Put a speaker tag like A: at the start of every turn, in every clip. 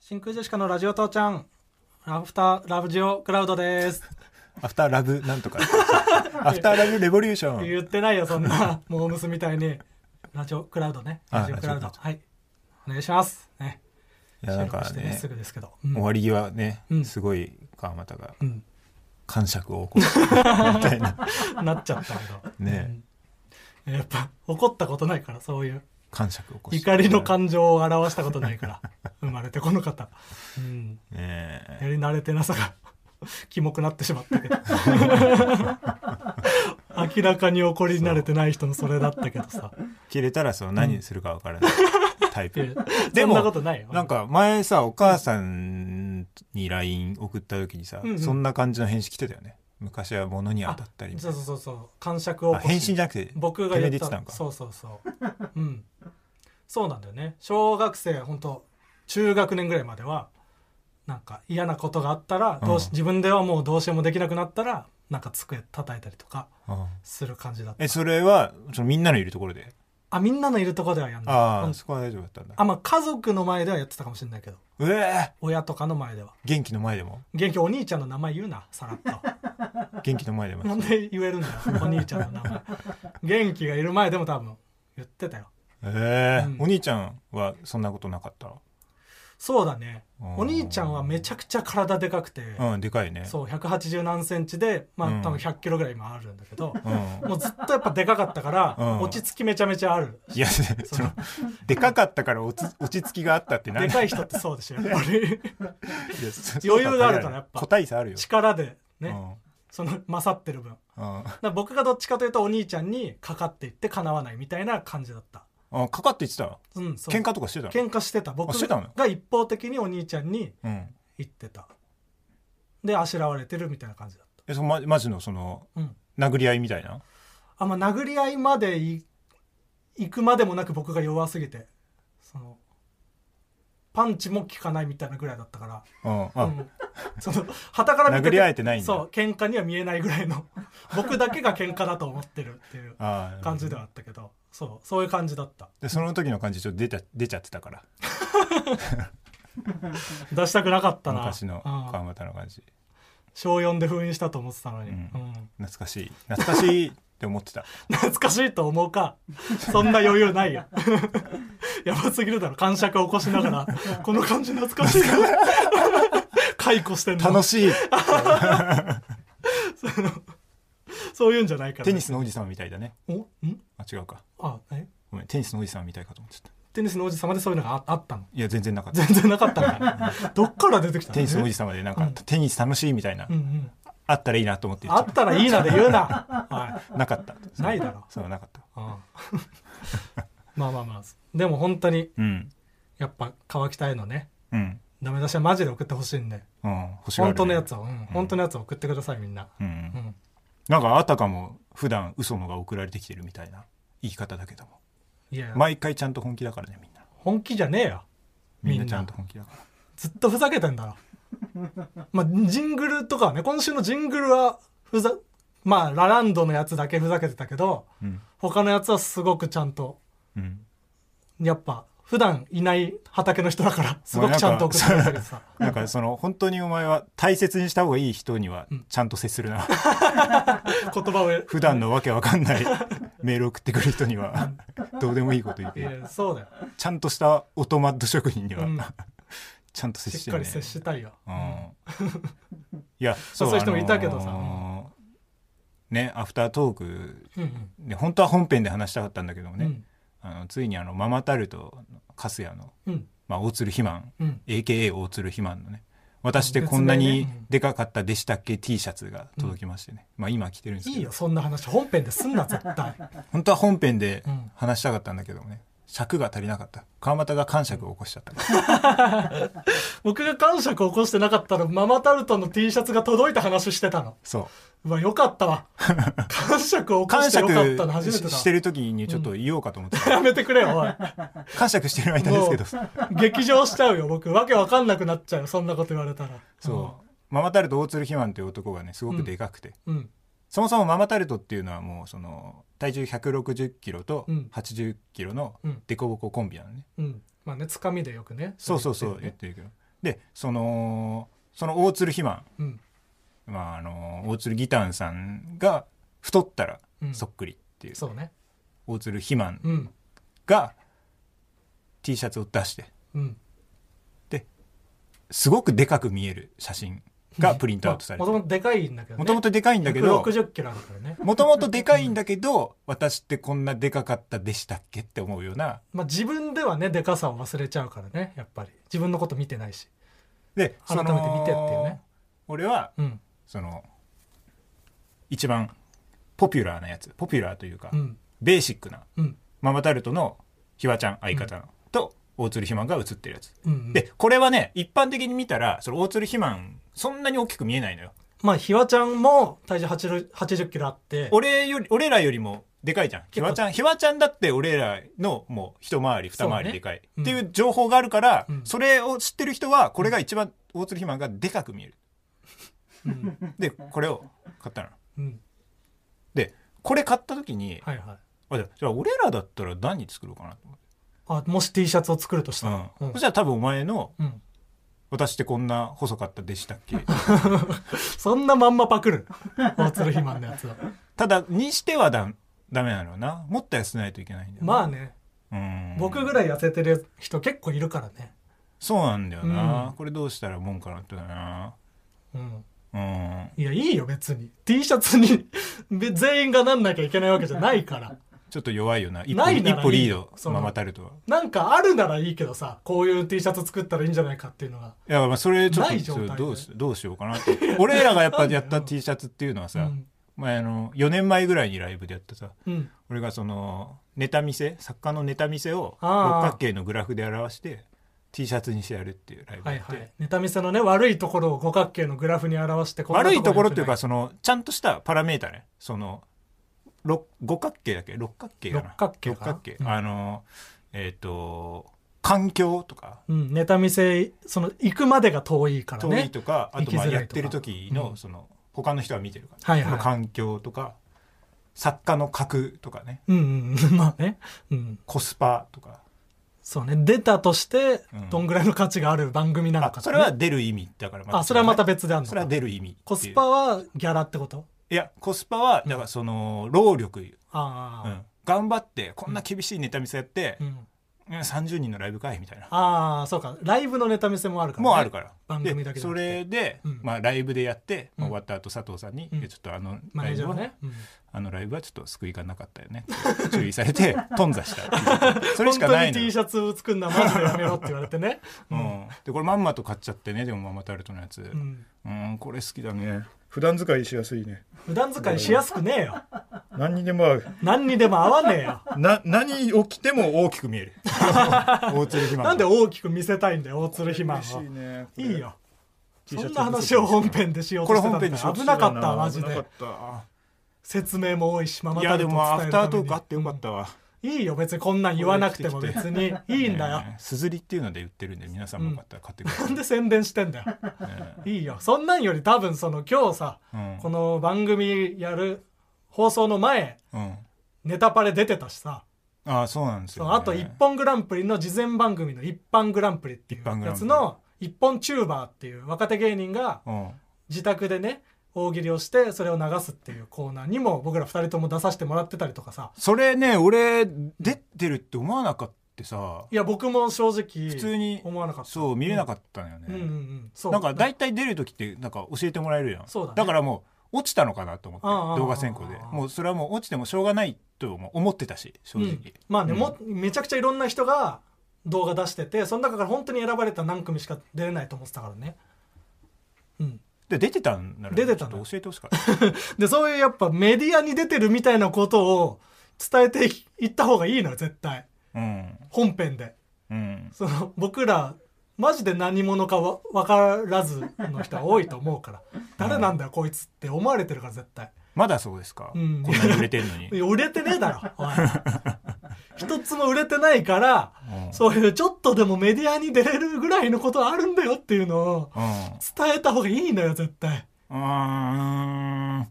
A: 真空ジェシカのラジオ父ちゃんアフターラジオクラウドです
B: アフターラブなん とか。アフターラブレボリューション。
A: 言ってないよそん なモームスみたいにラジオクラウドね
B: あ
A: ラジオクラウド
B: ラジオ
A: はいお願いしますね
B: いや、なんか
A: 収録してね
B: ね
A: す、ぐですけど、うん
B: 終わり際ね
A: う、ん
B: すごい川又が
A: うん
B: 感触を起こすみたいな。
A: なっちゃったけ ど
B: ね
A: うんやっぱ怒ったことないからそういう
B: 感触を起こす。
A: 怒りの感情を表したことないから生まれてこの方、うん、
B: ね
A: やり慣れてなさが キモくなってしまったけ ど明らかに怒り慣れてない人のそれだったけどさ
B: 切れたら、その何するかわからないタイ
A: いや
B: プ。 でも
A: そんなことないよ
B: なんか前さ、お母さんに LINE 送った時にさ
A: うんう、ん
B: そんな感じの返信来てたよね。昔は物に当
A: あ
B: たったり。
A: そうそうそうそう感触を
B: あ返信じ
A: ゃ
B: ゃなくて、
A: 僕が言
B: てめえで
A: っ
B: 言
A: た
B: ってたのか
A: そうそうそううんそうなんだよね小学生本当中学年ぐらいまではなんか嫌なことがあったらどうし、
B: うん
A: 自分ではもうどうしようもできなくなったらなんか机叩いたりとか
B: うん
A: する感じだった
B: え、それは、そのみんなのいるところで。
A: あみんなのいるとこではやんない
B: あ
A: うん
B: あ、そこは大丈夫だったんだ。
A: あまあ家族の前ではやってたかもしれないけど
B: うえー
A: 親とかの前では
B: 元気の前でも
A: 元気お兄ちゃんの名前言うなさらっと
B: 元気の前でも
A: なんで言えるんだよお兄ちゃんの名前元気がいる前でも多分言ってたよ
B: ええ
A: うん
B: お兄ちゃんはそんなことなかった
A: そうだね
B: うん
A: お兄ちゃんはめちゃくちゃ体でかくて、
B: うんでかいね
A: そう180何センチでまあ、
B: うん
A: 多分100キロぐらい今あるんだけど、
B: うん
A: もうずっとやっぱでかかったから、
B: うん
A: 落ち着きめちゃめちゃある
B: いやそのでかかったから落ち落ち着きがあったって何
A: でかい人ってそうでしょやっぱ り
B: いやそ
A: 余裕があるからやっぱ
B: 個体差あるよ、
A: 力で
B: う
A: ね、
B: ん
A: その勝ってる分
B: うん
A: だから僕がどっちかというとお兄ちゃんにかかっていってかなわないみたいな感じだった、
B: うん、かかって言ってた
A: うん、そう
B: 喧嘩とかしてた
A: 喧嘩してた僕
B: あしてたの
A: が一方的にお兄ちゃんに
B: うん
A: 言ってたであしらわれてるみたいな感じだっ
B: えそのまマジのその
A: た、うん、
B: 殴り合いみたいな
A: あんまあ殴り合いまでい行くまでもなく僕が弱すぎてそのパンチも効かないみたいなぐらいだったか
B: うんあ、
A: ら、うん、その旗から見て
B: 殴り合えてないんだ
A: そう喧嘩には見えないぐらいの 僕だけが喧嘩だと思ってるっていう
B: ああ
A: 感じではあったけどそうそういう感じだった
B: でその時の感じちょっと出ちゃ出ちゃってたから
A: 出したくなかったな
B: 昔の
A: うん
B: 川端の感じ
A: 小4で封印したと思ってたのに、
B: う
A: うんん
B: 懐かしい懐かしいって思ってた
A: 懐かしいと思うかそんな余裕ないよ やばすぎるだろ感触を起こしながらこの感じ懐かしいな 解雇してんの
B: 楽 しい
A: そういうんじゃないから
B: テニスのおじさんみたいだね
A: おん
B: あ違うか
A: あえ
B: ごめんテニスのおじさんみたいかと思っちゃった
A: テニスのおじさまでそういうのがああったの
B: いや全然なかった
A: 全然なかったから どっから出てきたの
B: テニスのおじさまでなんか、
A: うん
B: テニス楽しいみたいな、
A: うんうん
B: あったらいいなと思って言っ
A: あ
B: ちゃっ
A: ったらいいなで 言うな、は
B: たなかった
A: い、ないだろ
B: そうなかった
A: うん まあまあまあでも本当に
B: うん
A: やっぱ川北へのね
B: うん
A: ダメ出しはマジで送ってほしいんで
B: うん欲しがる
A: 本
B: ね
A: 当のやつを、うん本当のやつを送ってくださいみんな、
B: うん、
A: うん、
B: なんかあたかも普段嘘のが送られてきてるみたいな言い方だけども
A: いやいや
B: 毎回ちゃんと本気だからねみんな
A: 本気じゃねえよ
B: み
A: み
B: ん
A: ん
B: な
A: な
B: ちゃんと本気だから
A: ずっとふざけてんだろまあジングルとかはね今週のジングルはふざまあラランドのやつだけふざけてたけど
B: うん
A: 他のやつはすごくちゃんと
B: うん
A: やっぱ普段いない畑の人だからすごくちゃんと送ってくれたけどさ
B: なんかその本当にお前は大切にした方がいい人には
A: うん
B: ちゃんと接するな、
A: 言葉を
B: 普段のわけわか んないメール送ってくる人にはどうでもいいこと言っ
A: い
B: て
A: やそうだよ、
B: ちゃんとしたオートマット職人には、
A: うん
B: ちゃんと接し
A: してっ
B: る
A: か
B: ね
A: り接したいよ、
B: う
A: うん
B: んいや
A: そうそういう人もいたけどさ
B: あのーねアフタートーク
A: うんうん
B: で本当は本編で話したかったんだけどもね、
A: うん
B: あのついにあのママタルトカスヤの、
A: うん
B: まあ、大鶴肥満
A: うん
B: AKA 大鶴肥満のね私ってこんな
A: 別
B: に
A: 名ねうん
B: でかかったでしたっけ T シャツが届きましてね、まあ今着てるんですけど
A: いいよそんな話本編ですんな絶対
B: 本当は本編で
A: うん
B: 話したかったんだけどもね尺が足りなかった川又が感触を起こし ちゃったから
A: 僕が感触起こしてなかったらママタルトの T シャツが届いた話してたの
B: そう
A: うわよかった わ感触起こ
B: 感
A: してよ
B: 触
A: かったの初めてだ
B: してる時にちょっと言おうかと思ってた、
A: やめてくれよおい
B: 感触してる間ですけど
A: 劇場しちゃうよ僕わけわかんなくなっちゃうよそんなこと言われたら
B: そうママタルト大鶴ひまんという男がねすごくでかくて、
A: うん
B: そもそもママタルトっていうのはもうその体重160キロと
A: うん
B: 80キロの
A: うん
B: デコボココンビなのね、
A: うんまあねつかみでよくね
B: そうそうそう
A: れ
B: 言っ
A: 言って
B: るけど、でそのその大鶴肥満、
A: うん
B: まあ、あの大鶴義丹さんが太ったら
A: うん
B: そっくりっていう、
A: そうね
B: 大鶴肥満
A: うん
B: が T シャツを出して
A: うん
B: すごくでかく見える写真がプリントアウトされ
A: も
B: て
A: と
B: る
A: もとでかいんだけどね
B: もともとでかいんだけど
A: 160キロあるからね
B: もともとでかいんだけど私ってこんなでかかったでしたっけって思うような
A: まあ自分ではねでかさを忘れちゃうからねやっぱり自分のこと見てないし
B: で
A: 改めて見てっていうね
B: 俺は
A: うん
B: その一番ポピュラーなやつポピュラーというか、
A: うん
B: ベーシックな
A: うん
B: ママタルトのひわちゃん相方の、と大鶴ひまんが写ってるやつ、
A: うん
B: でこれはね一般的に見たらその大鶴ひまんそんなに大きく見えないのよ
A: まあひわちゃんも体重80 80キロあって
B: 俺より俺らよりもでかいじゃん
A: 結
B: ひ
A: 構
B: わちゃんひわちゃんだって俺らのもう一回り二
A: そう
B: 回り
A: ね
B: でかい、
A: うん
B: っていう情報があるから、
A: うん
B: それを知ってる人はこれが一番大鶴ひまんがでかく見える
A: うん
B: でこれを買ったの
A: うん
B: でこれ買った時に、
A: はいはい
B: あじゃあじゃあ俺らだったら何作ろうかなと思って
A: あもし T シャツを作るとしたら
B: うん
A: うん
B: そしたら多分お前の
A: うん
B: 「私ってこんな細かったでしたっ け?
A: そんなまんまパク る大鶴ひまんのやつは」
B: ただにしてはだダメなのなもっと痩せないといけないんだよ
A: まあね
B: あ、うん
A: 僕ぐ
B: い
A: らい痩せてる人結構いるからね
B: そうなんだよ
A: う
B: な、
A: ん
B: これどうしたらもんかなってな
A: うん
B: うん
A: いやいいよ別に T シャツに べ全員がなんなきゃいけないわけじゃないから
B: ちょっと弱いよな一歩
A: ないならいい
B: 一歩リード
A: その
B: ママタルトは
A: なんかあるならいいけどさこういう T シャツ作ったらいいんじゃないかっていうのが
B: いやまあそれちょっ
A: ない
B: と
A: 状
B: そ
A: 態
B: れ
A: で
B: どうしどうしようかなって俺らがやっぱやっ
A: なんだ
B: た
A: よ
B: T シャツっていうのは
A: う
B: さ、
A: ん、
B: 前あの4年前ぐらいにライブでやったさ
A: うん、
B: 俺がそのネタ見せ作家のネタ見せを
A: あー
B: 六角形のグラフで表して T シャツにしてやるっていうライブ
A: は
B: や
A: い
B: って、
A: はいネタ見せのね悪いところを五角形のグラフに表してんな
B: 悪いところっていう
A: 良
B: か
A: く
B: そのちゃんとしたパラメータねその六五角形だっけ六角形かな
A: 六角形か
B: 六角形、
A: うん
B: あのえっ、と環境とか
A: ないうん、ネタ見せその行くまでが遠いから
B: 遠
A: ね
B: いとか、あとまあ
A: 行きづらいとか
B: やってる時
A: う
B: の
A: ん
B: その他の人は見てるから、
A: はいはい
B: その環境とか作家の格とかね
A: うんうん まあね、うん、
B: コスパとか
A: そうね出たとして
B: うん
A: どんぐらいの価値がある番組なのかとか
B: あそれは出る意味だから
A: あそれはまた別であるのか
B: それは出る意味っていう
A: コスパはギャラってこと
B: いやコスパはだからその労力、
A: あ
B: う
A: あ、
B: ん頑張ってこんな厳しいネタ見せやって、
A: うん
B: うん30人のライブかいみたいな
A: ああそうかライブのネタ見せもあるから、ね、
B: もうあるから
A: 番組だけ
B: で
A: じゃ
B: そ
A: なくて
B: れで、
A: うん
B: まあ、ライブでやって、まあ
A: うん
B: 終わった後佐藤さんに、
A: うん
B: いやちょっとあの
A: マ
B: ラ
A: ネ
B: イ
A: ージャ
B: ブ
A: ー
B: は
A: のね、うん
B: あのライブはちょっと救いがなかったよねって注意され て頓挫したそれしかない
A: 本
B: の
A: 当
B: よ
A: に T シャツ作んなマジでやめろって言われて ね
B: う
A: うん
B: ん、でこれまんまと買っちゃってねでもママタルトのやつ、
A: うん
B: うん、これ好きだね普段使いしやすいね
A: 普段使いしやすくねえよ
B: 何にでも合う
A: 何にでも合わねえよ
B: な何を着ても大きく見え る大鶴ひま
A: なんで大きく見せたいんだよ大鶴ひまんはい
B: ね
A: いいよそんな話を本編でしよう
B: ことれ
A: してた
B: 本
A: んだ
B: 編に
A: よ
B: しようと
A: 危
B: して
A: なか
B: た
A: ったわマジ
B: 危な
A: で
B: かった
A: 説明も多いしママ
B: い
A: タ
B: や
A: ル
B: で
A: ト
B: も
A: 伝
B: ア
A: え
B: フ
A: る
B: タ
A: た
B: ートークあっ
A: め
B: てよかったわ
A: にいいよ別にこんなん言わなくても別にいいんだよ
B: ねすずりっていうので売ってるんで皆さんもよかったら買ってくださ
A: ないんで宣伝してんだよ
B: ね
A: いいよそんなんより多分その今日さ
B: うん
A: この番組やる放送の前
B: うん
A: ネタパレ出てたしさ
B: ああそうなんです
A: そ
B: よ
A: の
B: ね
A: あと「一本グランプリ」の事前番組の「一般グランプリ」ってい
B: 一般
A: う
B: グ
A: や
B: ランプ
A: つ
B: リ
A: の「一本チューバー」っていう若手芸人が
B: うん
A: 自宅でね大喜利をしてそれを流すっていうコーナーにも僕ら2人とも出させてもらってたりとかさ
B: それね俺出てるって思わなかったさ
A: いや僕も正
B: 普通
A: 直
B: に
A: 思わなかった
B: そう見れなかったのよ
A: うんうんう
B: ね
A: んそう
B: なんか大体出る時ってなんか教えてもらえるやん
A: そうだね
B: からもう落ちたのかなと思って
A: ああああ
B: 動画選考で
A: ああ
B: もうそれはもう落ちてもしょうがないとも思ってたし正
A: う
B: 直
A: んまあね、
B: うん
A: もめちゃくちゃいろんな人が動画出しててその中から本当に選ばれた何組しか出れないと思ってたからねうん
B: で出てたんなら
A: 出てたの
B: ちょっと教えてほしかった
A: でそういうやっぱメディアに出てるみたいなことを伝えていった方がいいのよ絶対
B: うん
A: 本編で
B: うん
A: その僕らマジで何者かわ分からずの人は多いと思う から誰なんだよこいつって思われてるから絶対
B: まだそうですか、
A: うん
B: こんなに売れてんのに
A: いや売れてねえだろお い一つも売れてないから
B: うん
A: そういうちょっとでもメディアに出れるぐらいのことあるんだよっていうのを
B: うん
A: 伝えた方がいいのよ絶対
B: うーん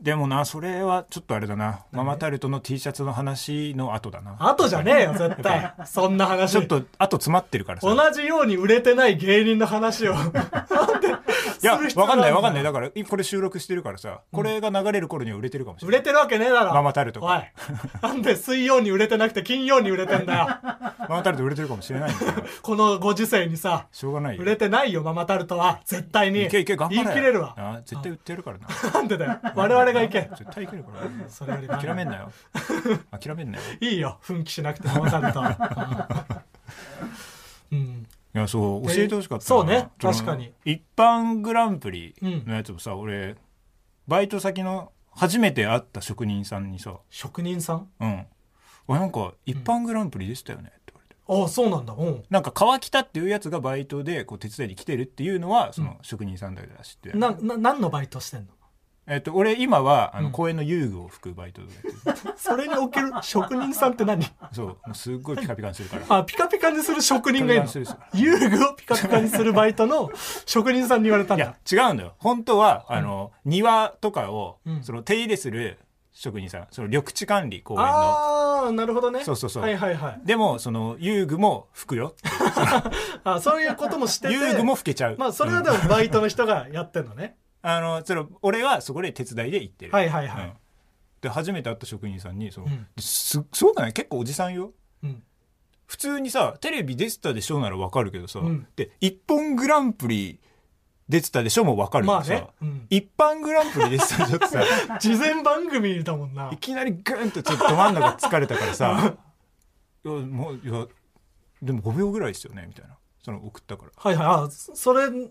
B: でもなそれはちょっとあれだなママタルトの T シャツの話の後だな
A: 後じゃねえよ絶 対そんな話
B: ちょっと後詰まってるからさ
A: 同じように売れてない芸人の話をなんで
B: いや
A: する必要
B: わかんない
A: ある
B: わかんないだからいこれ収録してるからさこれが流れる頃には売れてるかもしれ
A: 売
B: ない、
A: れてるわけねえだろ
B: ママタルト
A: おいなんで水曜に売れてなくて金曜に売れてんだよ
B: ママタルト売れてるかもしれないんだから
A: このご時世にさ
B: しょうがないよ
A: 売れてないよママタルトは絶対に
B: いけいけ頑張れ
A: 言い切れるわ
B: あ絶対売ってやるからな
A: なんでだよ我々がいけ
B: 絶対いけるからな
A: それより
B: 諦めんなよ諦めんなよ
A: いいよ奮起しなくてママタルトはうん
B: いやそう教えてほしかったな
A: そうね
B: その
A: 確かに
B: 一般グランプリのやつもさ、俺バイト先の初めて会った職人さんにさ
A: 職人さん
B: 「うんあなんか一般グランプリでしたよね」って言われて、
A: ああそうなんだうん
B: なんか川北っていうやつがバイトでこう手伝いに来てるっていうのはその職人さんだけだしって、
A: なな何のバイトしてんの
B: えっと、俺今はあ
A: う
B: の
A: ん
B: 公園の遊具を拭くバイトで、
A: それにおける職人さんって何
B: そうもうすっごいピカピカにする から
A: あピカピカにする職人がいるの
B: ピカピカにする
A: 遊具をピカピカにするバイトの職人さんに言われたん
B: い
A: だ
B: や違うんだよ本当はあの、庭とかを、
A: うん
B: その手入れする職人さんその緑地管理公園の
A: ああなるほどね
B: そうそうそう
A: はいはいはい
B: でもその遊具も拭 くよ
A: あそういうこともしてて
B: 遊具も拭けちゃう
A: まあそれはで
B: うん
A: もバイトの人がやってんのね
B: あのそれ俺はそこで手伝いで行ってる
A: はいはいは
B: うん
A: い、
B: で初めて会った職人さんにその、
A: うん
B: すすごくない結構おじさんよ
A: うん、
B: 普通にさテレビ出てたでしょならわかるけどさ、
A: うん
B: で「一本グランプリ出てたでしょ」もわかるけ
A: ま
B: ど
A: あ
B: さ、
A: ね、うん、
B: 一般グランプリ出てたでしょってさ
A: 事前番組だもんない
B: きなりグーンとちょっとど真ん中疲れたからさ「いやもういやでも5秒ぐらいですよね」みたいなその送ったから
A: はいはいあそそれん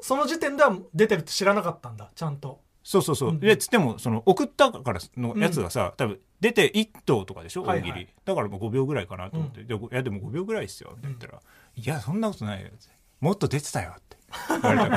A: その時点では出てるって知らなかったんだちゃんと
B: そうそうそう、
A: うん
B: でつってもその送ったからのやつがさ、多分出て1頭とかでしょ
A: はい
B: 大
A: は
B: 喜
A: い
B: 利、だからもう5秒ぐらいかなと思って「でいやでも5秒ぐらいっすよ」みたいな言ったら「いやそんなことないよ」って「もっと出てたよ」って言われたか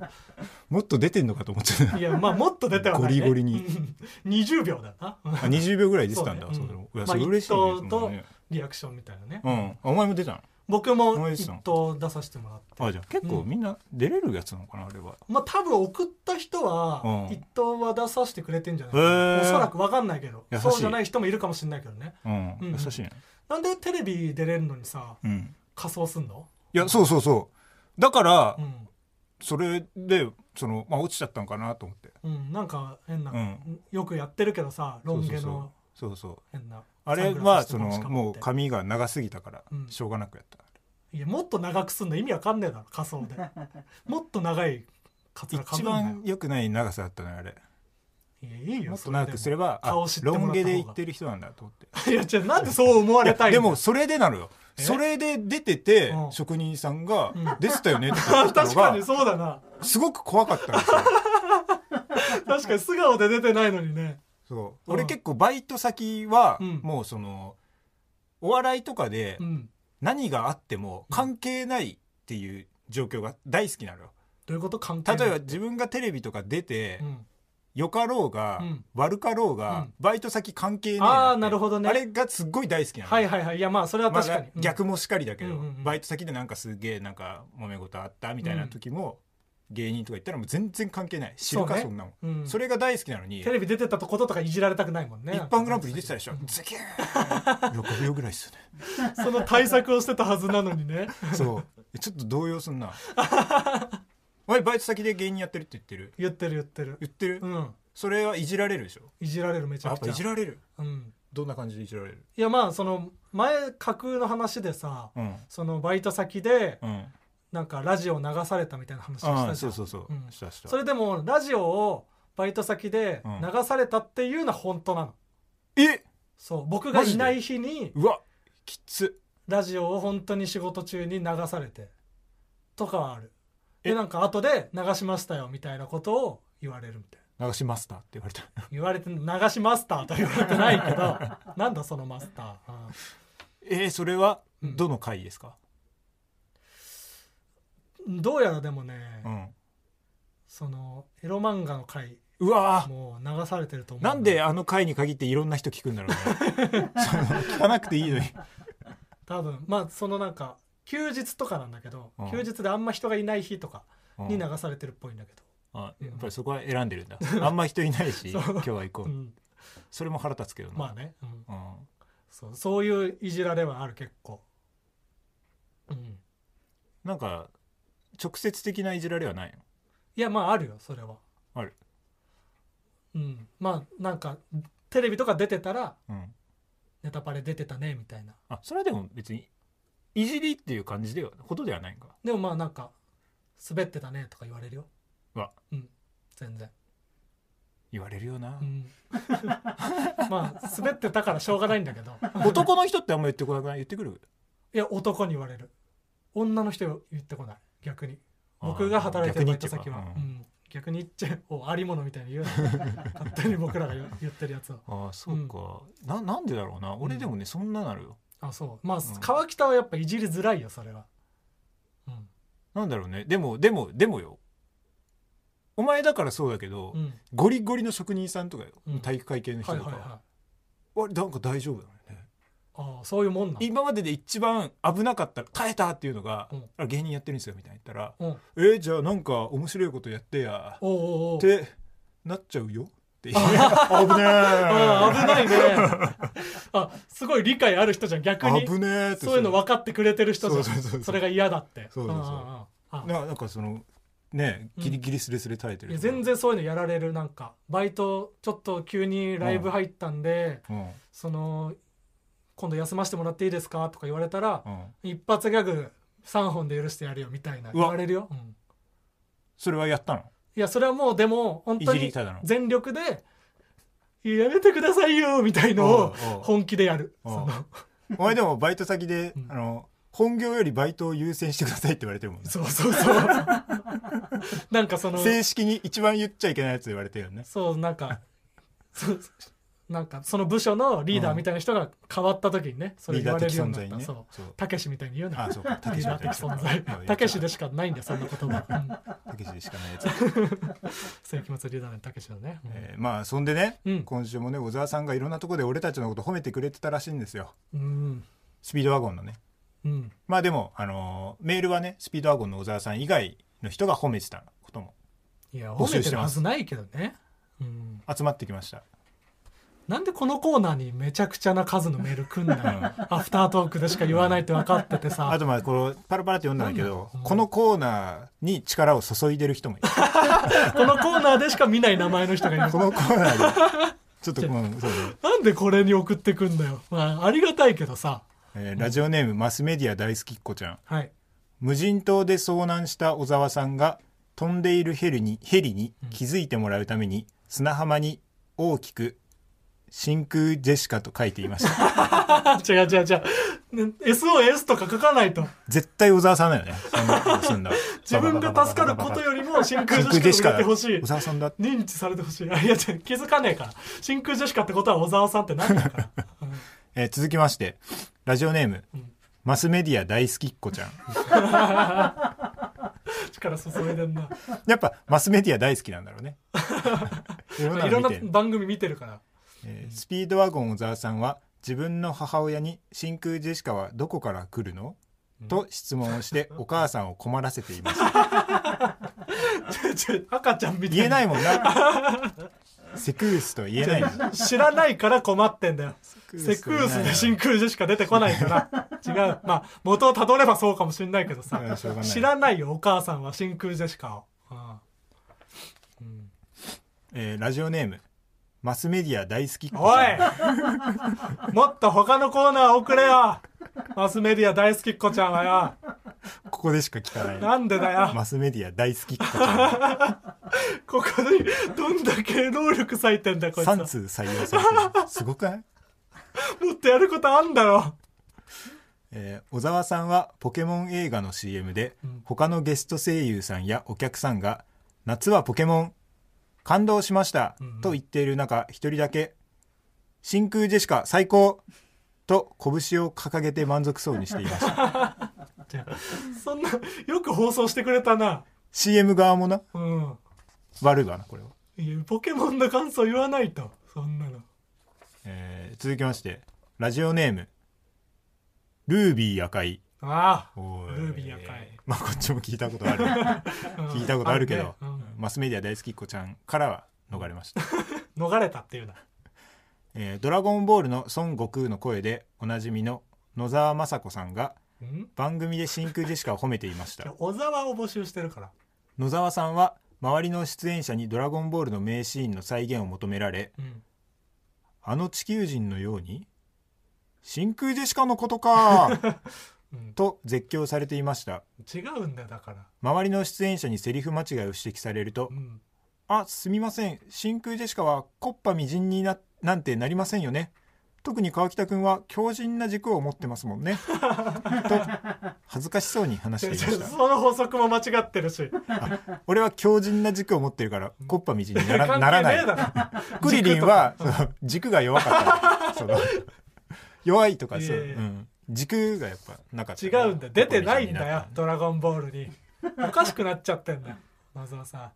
B: ら もっと出てんのかと思ってた
A: いやまあもっと出てはない、ね、
B: ゴリゴリに
A: うん20秒だなうん
B: あ20秒ぐらい出てたんだ
A: そ
B: そうう
A: ねうん
B: いや
A: まあ
B: それ嬉しいね
A: 一頭と
B: そのね
A: リアクションみたいなね、
B: うんあお前も出たの
A: 僕
B: お
A: も
B: 前です
A: 一
B: の
A: 投出させてもらって
B: あじゃあ結構
A: うん
B: みんな出れるやつなのかなあれは
A: まあ多分送った人は
B: うん
A: 一等は出させてくれてんじゃない
B: へー
A: おそらく分かんないけど
B: 優しい
A: そうじゃない人もいるかもしれないけどね
B: うん、
A: うん
B: 優しいね
A: なんでテレビ出れるのにさ
B: うん
A: 仮装すんの、
B: いやそうそうそうだから、
A: うん
B: それでそのまあ落ちちゃったんかなと思って
A: うん、なんか変な、
B: うん
A: よくやってるけどさロン毛の
B: そうそうそう
A: 変な
B: あれはそのもう
A: 髪
B: 髪が長すぎたから
A: うん
B: しょうがなくやった、
A: いやもっと長くすんの意味わかんねえだろ仮 装でもっと長いカツラかぶん
B: 一
A: なよ
B: 番良くない長さだったのよあれ
A: いやいいよ
B: もっと
A: それで
B: 長くすればあ
A: 顔知っても
B: ロ
A: らった方が
B: ン毛で行ってる人なんだと思って
A: いやじゃなんでそう思われたいんだ
B: で
A: よ
B: もそれでなのよ
A: え
B: それで出てて
A: うん
B: 職人さんが
A: うん
B: 「出てたよね」って言
A: 確
B: ったの
A: かに
B: が
A: そうだな
B: すごく怖かった んですよ
A: 確かに素顔で出てないのにね
B: そう
A: うん
B: 俺結構バイト先は
A: うん
B: もうそのお笑いとかで
A: うん
B: 何があっても関係ないっていう状況が大好きなのよ
A: どういうこと関係ない
B: 例えば自分がテレビとか出て
A: うん
B: よかろうが、
A: うん
B: 悪かろう
A: う
B: が、
A: ん
B: バイト先関係ねえ
A: あ
B: な
A: あ
B: って
A: なるほどね
B: あれがすっごい大好きなの、
A: はいはいはいいやまあそれは
B: まあ
A: 確かに、うん
B: 逆もしかりだけど、
A: うんうんうん
B: バイト先でなんかすげえなんか揉め事あったみたいな時も、芸人とか言ったらもう全然関係ない知るか
A: そうね
B: そ,、んなもん、
A: うん
B: それが大好きなのに
A: テレビ出てたとこととかいじられたくないもんね
B: 一般グランプリ出てたでしょ
A: うん
B: ズキュ ーン6秒ぐらいっすよね
A: その対策をしてたはずなのにね
B: そうえちょっと動揺す んなおいバイト先で芸人やってるって言ってる
A: 言ってる言ってる
B: 言ってる、
A: うん
B: それはいじられるでしょ
A: いじられるめち
B: や
A: ゃ
B: っ
A: く
B: ぱ
A: ち
B: い
A: ゃ
B: じられる
A: うん
B: どんな感じでいじられる
A: いやまあその前架空の話でさ
B: うん
A: そのバイト先で
B: うん
A: なんかラジオ流されたみたいな話をしたじゃ
B: あ
A: ん
B: あそうそうそう、
A: うん
B: したした
A: それでもラジオをバイト先で流されたっていうのは本当なの、
B: え
A: そう僕がいない日に
B: うわきつ
A: ラジオを本当に仕事中に流されてとかはあるで
B: え
A: なんか後で流しましたよみたいなことを言われるみたいな
B: 流しマスターって言われた
A: 言われて流しマスターとは言われてないけ どなんだそのマスター、うん
B: えー、それは
A: うん
B: どの回ですか、
A: どうやらでもね、
B: うん、
A: そのエロ漫画の回
B: うわー
A: もう流されてると思う
B: なんであの回に限っていろんな人聞くんだ ろうねその聞かなくていいのに
A: 多分まあそのなんか休日とかなんだけど、
B: うん
A: 休日であんま人がいない日とか
B: うん
A: に流されてるっぽいんだけど、
B: あやっぱりそこは選んでるんだあんま人いない し
A: そう
B: 今日は行こ
A: う
B: う、
A: ん、
B: それも腹立つけどな、
A: まあね、うん、
B: うん
A: そうそういういじられはある結構、うん、
B: なんか直接的ないじられはないの
A: いやまああるよそれは
B: ある、
A: うん、まあなんかテレビとか出てたら
B: うん、
A: ネタパレ出てたねみたいな
B: あそれはでも別にいじりっていう感じではほどではないんか
A: でもまあなんか滑ってたねとか言われるよ
B: うわ
A: うん全然、
B: 言われるよな
A: う、ん、 まあ滑ってたからしょうがないんだけど
B: 男の人ってあんま言ってこなくない言ってくる
A: いや男に言われる女の人は言ってこない逆に 僕が働いてるバイト先は
B: 逆に言っ
A: う
B: ちゃう
A: 逆に言っち
B: ん
A: ゃうおありものみたいに 言うな勝手に僕らが言言ってるやつを
B: ああそうか、ななんでだろうな俺でもね、そんななるよ
A: あそうまあ、
B: ん
A: 川北はやっぱいじりづらいよそれはうん
B: なんだろうねでもでもでもよお前だからそうだけど、
A: うん
B: ゴリゴリの職人さんとかよ、
A: うん
B: 体育会系の人
A: はい
B: と
A: はい
B: か、
A: はい
B: あれなんか大丈夫だね
A: ああそういうもんなん
B: 今までで一番危なかった耐えたっていうのが、
A: うん
B: あ芸人やってるんですよみたいに言ったら
A: うんおう
B: 「えー、じゃあなんか面白いことやってや」
A: おうおう
B: ってなっちゃうよって言う危ね
A: ああ危ないね あすごい理解ある人じゃん逆
B: え
A: に
B: 危ねえって
A: そういうの分かってくれてる人じゃん
B: そうそうそうそう
A: それが嫌だって
B: そうそうそうん
A: んんあ
B: ななんかそのねギリギリスレスレ耐えて
A: い
B: る、
A: や全、然そういうのやられるなんかバイトちょっと急にライブ入ったんで、
B: うんうん、
A: その今度休ませてもらっていいですかとか言われたら、一発ギャグ3本で許してやるよみたいな
B: う
A: 言
B: わ
A: われるよ、うん
B: それはやったの
A: いやそれはもうでも本当
B: いじ
A: に
B: りただの
A: 全力で「いややめてくださいよ」みたいのを
B: おうおう
A: 本気でやる
B: お
A: そ
B: う
A: の
B: お前でもバイト先で、
A: うん
B: あの本業よりバイトを優先してくださいって言われてるもんね
A: そうそうそう なんかその
B: 正式に一番言っちゃいけないやつ言われてるよね
A: そうなんかそうなんかその部署のリーダーみたいな人が変わった時にね、それ言
B: リーダ
A: わ
B: ー
A: れ
B: 的
A: るようになっ
B: 存在
A: た、
B: にね
A: そう
B: そう
A: たけしみたいに言うな
B: あそうかた け
A: リー
B: し
A: ダー
B: み
A: 的
B: たいな
A: 存在
B: うん
A: たけしでしかないんだよそんな言 葉、うん、
B: たけしでしかないやつ、
A: そういう気持ちリーダーのたけしのね、うん
B: えーまあそんでね、
A: うん
B: 今週もね小沢さんがいろんなところで俺たちのこと褒めてくれてたらしいんですよ
A: うん
B: スピードワゴンのね
A: うん
B: まあでも、あのーメールはねスピードワゴンの小沢さん以外の人が褒めてたことも
A: いや
B: 募
A: 褒め
B: 集
A: て
B: して
A: る
B: ます
A: はずないけどね、うん、
B: 集まってきました
A: なんでこのコーナーにめちゃくちゃな数のメール来んだよ、 アフタートークでしか言わないって分かっててさ
B: あとまあこのパラパラって読んだんだけど、
A: うん
B: このコーナーに力を注いでる人も いる
A: このコーナーでしか見ない名前の人がいる
B: このコーナーでちょっとこのそうだね
A: なんでこれに送ってくんだよ、まあ、ありがたいけどさ
B: えーラジオネームマスメディア大好きっ子ちゃん
A: はい
B: 無人島で遭難した小沢さんが飛んでいるヘリにヘリに気づいてもらうために、砂浜に大きく真空ジェシカと書いていました
A: あ違う違う違う、ね SOS とか書かないと
B: 絶対小沢さんだよねそんなことすんだ
A: 自分が助かることよりも真空
B: 真
A: ジ
B: 空ジ
A: ェ
B: ェ
A: シ
B: シ
A: カ
B: カ
A: と売
B: だ
A: れてほしい
B: 小沢さんだ
A: 認知されてほしいあい や違う気づかねえから真空ジェシカってことは小沢さんって何だから
B: えー続きましてラジオネーム、マスメディア大好きっ子ちゃん
A: 力注いでんな
B: やっぱマスメディア大好きなんだろう ね いろんなの
A: いろん
B: 見
A: な
B: てる
A: 番組見てるから
B: えースピードワゴン小沢さんは自分の母親に「真空ジェシカはどこから来るの?」と質問 をしてお母さんを困らせています
A: ちょちょ赤ちゃんみたい
B: 言えないもんな セクースとは言えないの
A: 知らないから困ってんだよ
B: クース
A: セクースで真空ジェシカ出てこないから違うまあ元をたどればそうかもしんないけどさ
B: うんしょうがない
A: 知らないよお母さんは真空ジェシカをああうん
B: えーラジオネームマスメディア大好きっ子
A: おい
B: さん
A: もっと他のコーナー送れよマスメディア大好きっ子ちゃんはよ
B: ここでしか聞かない
A: なんでだよ
B: マスメディア大好きっ子ちゃ
A: ここにどんだけ能力割いてんだ こい
B: ん
A: つは
B: 3通採用されてるすごくない
A: もっとやることあんだろ
B: えー小沢さんはポケモン映画の CM で、他のゲスト声優さんやお客さんが「夏はポケモン感動しました」と言っている中一人だけ「真空ジェシカ最高!」と拳を掲げて満足そうにしていました
A: そんなよく放送してくれたな
B: CM 側もな
A: うん
B: 悪いわなこれは、
A: いやポケモンの感想言わないとそんなの
B: えー続きましてラジオネームルービー赤い
A: ああ
B: お
A: ルービー赤い
B: まあこっちも聞いたことある聞いたことあるけど、
A: うん
B: マスメディア大好きっ子ちゃんからは逃れました、
A: 逃れたっていうな
B: えードラゴンボール」の孫悟空の声でおなじみの野沢雅子さんが
A: うん
B: 番組で真空ジェシカを褒めていまし
A: じゃ
B: た
A: あ小沢を募集してるから
B: 野沢さんは周りの出演者に「ドラゴンボール」の名シーンの再現を求められ
A: うん
B: あの地球人のように「真空ジェシカのことか!
A: うん」
B: と絶叫されていました
A: 違うんだよだから
B: 周りの出演者にセリフ間違いを指摘されると
A: うん
B: 「あすみません真空ジェシカはコッパみじんにななんてなりませんよね」特に川北くんは強靭な軸を持ってますもん ね。と恥ずかしそうに話していま
A: ちょ
B: し
A: ちょ
B: た。
A: その法則も間違ってるし
B: 俺は強靭な軸を持ってるからコッパみじんになら
A: 関係
B: ならな
A: ね
B: い
A: え。だ
B: クリリンはその軸が弱かったその弱いとかそう、
A: いやいや
B: うん、軸がやっぱなかった
A: ろ違うんだよ出てないんだよ
B: ここに
A: ドラゴンボールにおかしくなっちゃってんだよ野沢さん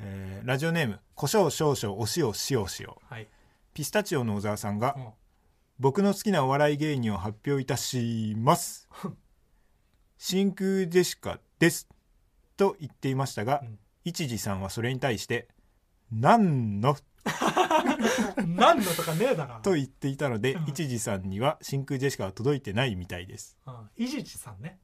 B: えーラジオネーム胡椒少々お塩塩塩
A: はい
B: ピスタチオの小沢さんが、
A: うん
B: 僕の好きなお笑い芸人を発表いたし ます真空ジェシカですと言っていましたが、
A: うん
B: 一時さんはそれに対して何の
A: 何のとかねえだろ
B: と言っていたので、
A: うん
B: 一時さんには真空ジェシカは届いてないみたいです
A: うん伊地知さんね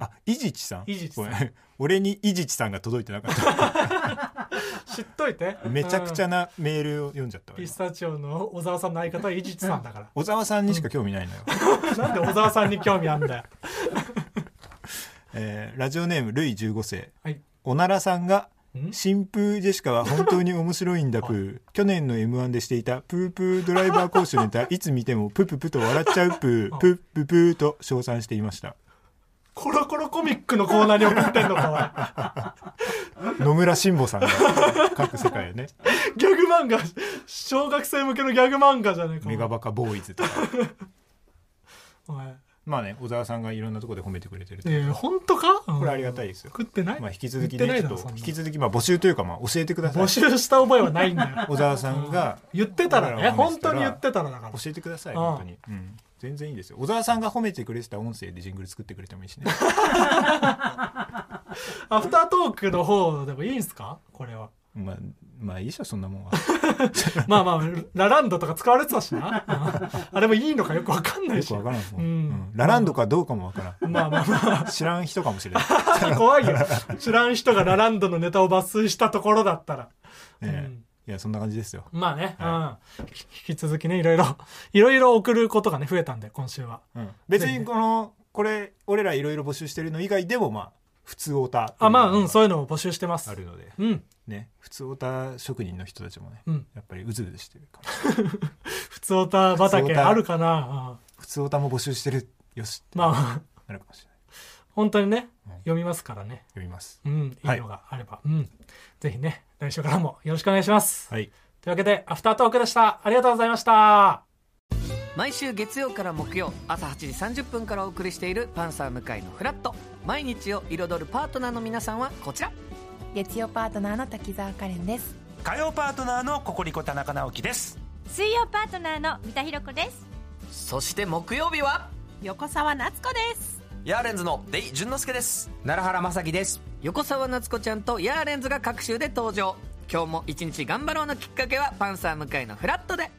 B: あ、イジチさん。
A: イジチさん
B: ごめ俺にイジチさんが届いてなか っ
A: 知っといて
B: た。めちゃくち
A: う
B: ゃ
A: ん
B: なメールを読んじゃったわ。
A: ピ
B: 今
A: スタチオの小沢さんの相方は伊地知さんだから
B: 小沢さんにしか興味ないの よ。
A: なんで小沢さんに興味あんだよ。
B: えーラジオネームルイ15世。
A: はい。
B: おならさんが
A: ん
B: 新風ジェシカは本当に面白いんだプー去年の m 1でしていたプープードライバー講習 ネタいつ見てもプププと笑っちゃうプープププーと称賛していました
A: コロコロコミックのコーナーに送ってんのか、
B: 野村慎吾さ んが各世界をね
A: おい。ギャグ漫画、小学生向けのギャグ漫画じゃねえか。おい
B: メガバカボーイズとか
A: おい。
B: まあね小沢さんがいろんなところで褒めてくれてると
A: えー、本当かこ
B: これありがたいですよ
A: 食ってない
B: まあ、引き続き
A: 言ってな
B: ね、
A: いだ
B: ちょ
A: ろ
B: っと
A: そんな
B: 引き続きまあ募集というかまあ教えてください
A: 募。集した覚えはないんだよ。
B: 小沢さんが
A: 言ってたら
B: 俺
A: ね。
B: らを褒め
A: 本
B: て
A: 当
B: たら
A: に言ってたらだから。
B: 教えてください
A: うん
B: 本当に、うん、全然いいですよ。小沢さんが褒めてくれてた音声でジングル作ってくれてもいいし ね。
A: アフタートークの方でもいいんすかこれは。
B: まあまあいいでしょそんなもんは。
A: まあまあ、ラランドとか使われてたし な。うんあれもいいのかよくわかんな
B: よ
A: いし
B: く。わからんもん。
A: うん
B: うんラランドかどうかもわから
A: まあまあまあ。
B: ん。知らん人かもしれない。
A: 怖いよ。知らん人がラランドのネタを抜粋したところだったら。
B: ね
A: うん
B: いやそんな感じですよ。
A: まあね、
B: は
A: うん。ひ引き続きね、いろいろ、いろいろ送ることがね、増えたんで、今週は。
B: うん別にこのこれ俺らいろいろ募集してるの以外でもまあ普通オタ
A: あ、まあ、うん、
B: う
A: そういうのを募集してます。
B: あるので
A: うん、
B: ね普通オタ職人の人たちもね
A: うん。
B: やっぱりうずうずしてるから。
A: 普通オタ
B: 普通
A: 畑
B: オタ
A: あるかな、
B: 普通オタも募集してるよしっ
A: うん、
B: てな
A: まあ、
B: るかもしれない
A: 本当にね
B: うん、
A: 読みますからね。
B: 読みます
A: うん、いい
B: はい
A: のがあれば。うん。ぜひね、来週からもよろしくお願いします。
B: はい
A: というわけで、アフタートークでした。ありがとうございました。
C: 毎週月曜から木曜朝8時30分からお送りしている「パンサー向井のフラット」毎日を彩るパートナーの皆さんはこちら
D: 月曜パートナーの滝沢カレンです
E: 火曜パートナーのココリコ田中直樹です
F: 水曜パートナーの三田寛子です
C: そして木曜日は
D: 横澤夏子です
G: ヤーレンズのデイ淳之介です
E: 奈良原まさきです
C: 横澤夏子ちゃんとヤーレンズが各週で登場今日も一日頑張ろうのきっかけは「パンサー向井のフラットで」